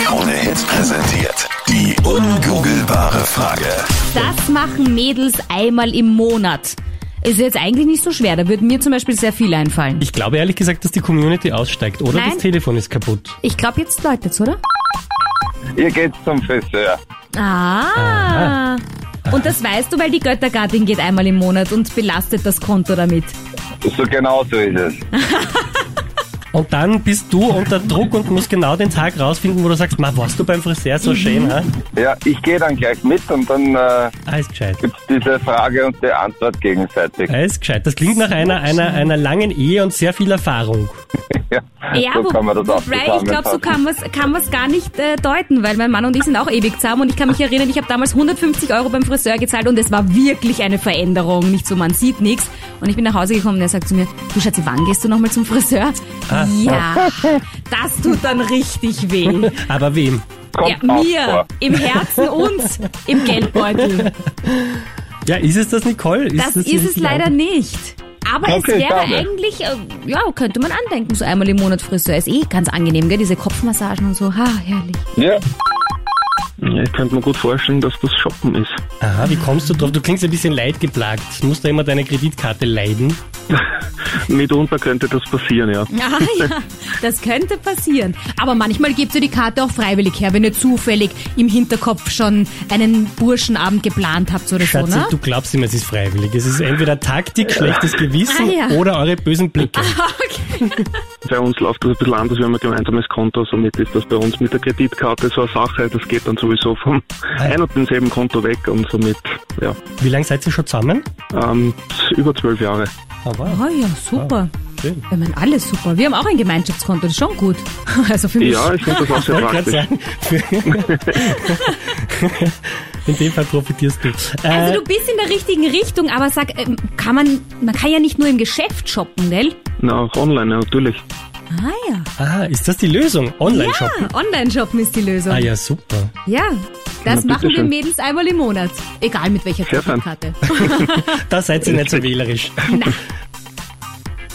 Krone Hits präsentiert die ungoogelbare Frage. Das machen Mädels einmal im Monat. Ist jetzt eigentlich nicht so schwer. Da würden mir zum Beispiel sehr viel einfallen. Ich glaube ehrlich gesagt, dass die Community aussteigt oder Nein. das Telefon ist kaputt. Ich glaube, jetzt läutet's, oder? Ihr geht zum Friseur. Ah. Und das weißt du, weil die Göttergattin geht einmal im Monat und belastet das Konto damit. So genau so ist es. Und dann bist du unter Druck und musst genau den Tag rausfinden, wo du sagst, Ma, warst du beim Friseur so Mhm. schön, ha? Ja, ich gehe dann gleich mit und dann äh, Alles gescheit. gibt's diese Frage und die Antwort gegenseitig. Alles gescheit. Das klingt nach einer, einer, einer langen Ehe und sehr viel Erfahrung. Ja, so wo- kann man das auch wobei ich glaube, so kann man es kann man's gar nicht äh, deuten, weil mein Mann und ich sind auch ewig zusammen und ich kann mich erinnern, ich habe damals 150 Euro beim Friseur gezahlt und es war wirklich eine Veränderung. Nicht so, man sieht nichts. Und ich bin nach Hause gekommen und er sagt zu mir, du Schatzi, wann gehst du nochmal zum Friseur? Ja, das tut dann richtig weh. Aber wem? Ja, Kommt auch mir, vor. im Herzen uns, im Geldbeutel. Ja, ist es das, Nicole? Ist Das das die ist es richtige leider Antwort? nicht. Aber Okay, es wäre schade. eigentlich, äh, ja, könnte man andenken, so einmal im Monat Friseur. Ist eh ganz angenehm, gell? Diese Kopfmassagen und so. Ha, herrlich. Ja, Ja, ich könnte mir gut vorstellen, dass das Shoppen ist. Aha, wie kommst du drauf? Du klingst ein bisschen leidgeplagt. Musst du immer deine Kreditkarte leiden? Mitunter könnte das passieren, ja. Ah ja, das könnte passieren. Aber manchmal gebt ihr die Karte auch freiwillig her, wenn ihr zufällig im Hinterkopf schon einen Burschenabend geplant habt oder so, Schatzi, ne? du glaubst immer, es ist freiwillig. Es ist entweder Taktik, schlechtes Gewissen Ah, ja. oder eure bösen Blicke. Ah, Okay. Bei uns läuft das ein bisschen anders, wir haben ein gemeinsames Konto, somit ist das bei uns mit der Kreditkarte so eine Sache, das geht dann sowieso vom ein und denselben Konto weg und somit, ja, Wie lange seid ihr schon zusammen? ähm, über zwölf Jahre. Oh, wow. Oh ja, super. Schön. Ich meine, alles super. Wir haben auch ein Gemeinschaftskonto, das ist schon gut. Also für mich. Ja, ich finde das auch sehr Wollte gerade praktisch. sagen. In dem Fall profitierst du. Also Äh, du bist in der richtigen Richtung, aber sag, ähm, kann man, man kann ja nicht nur im Geschäft shoppen, gell? Na, auch online, ja, natürlich. Ah ja. ah, ist das die Lösung? Online-Shoppen? Ja, Online-Shoppen ist die Lösung. Ah ja, super. Ja, das Na, machen wir bitteschön. Mädels einmal im Monat. Egal mit welcher Sehr fein. Kreditkarte. Da seid ihr nicht so wählerisch.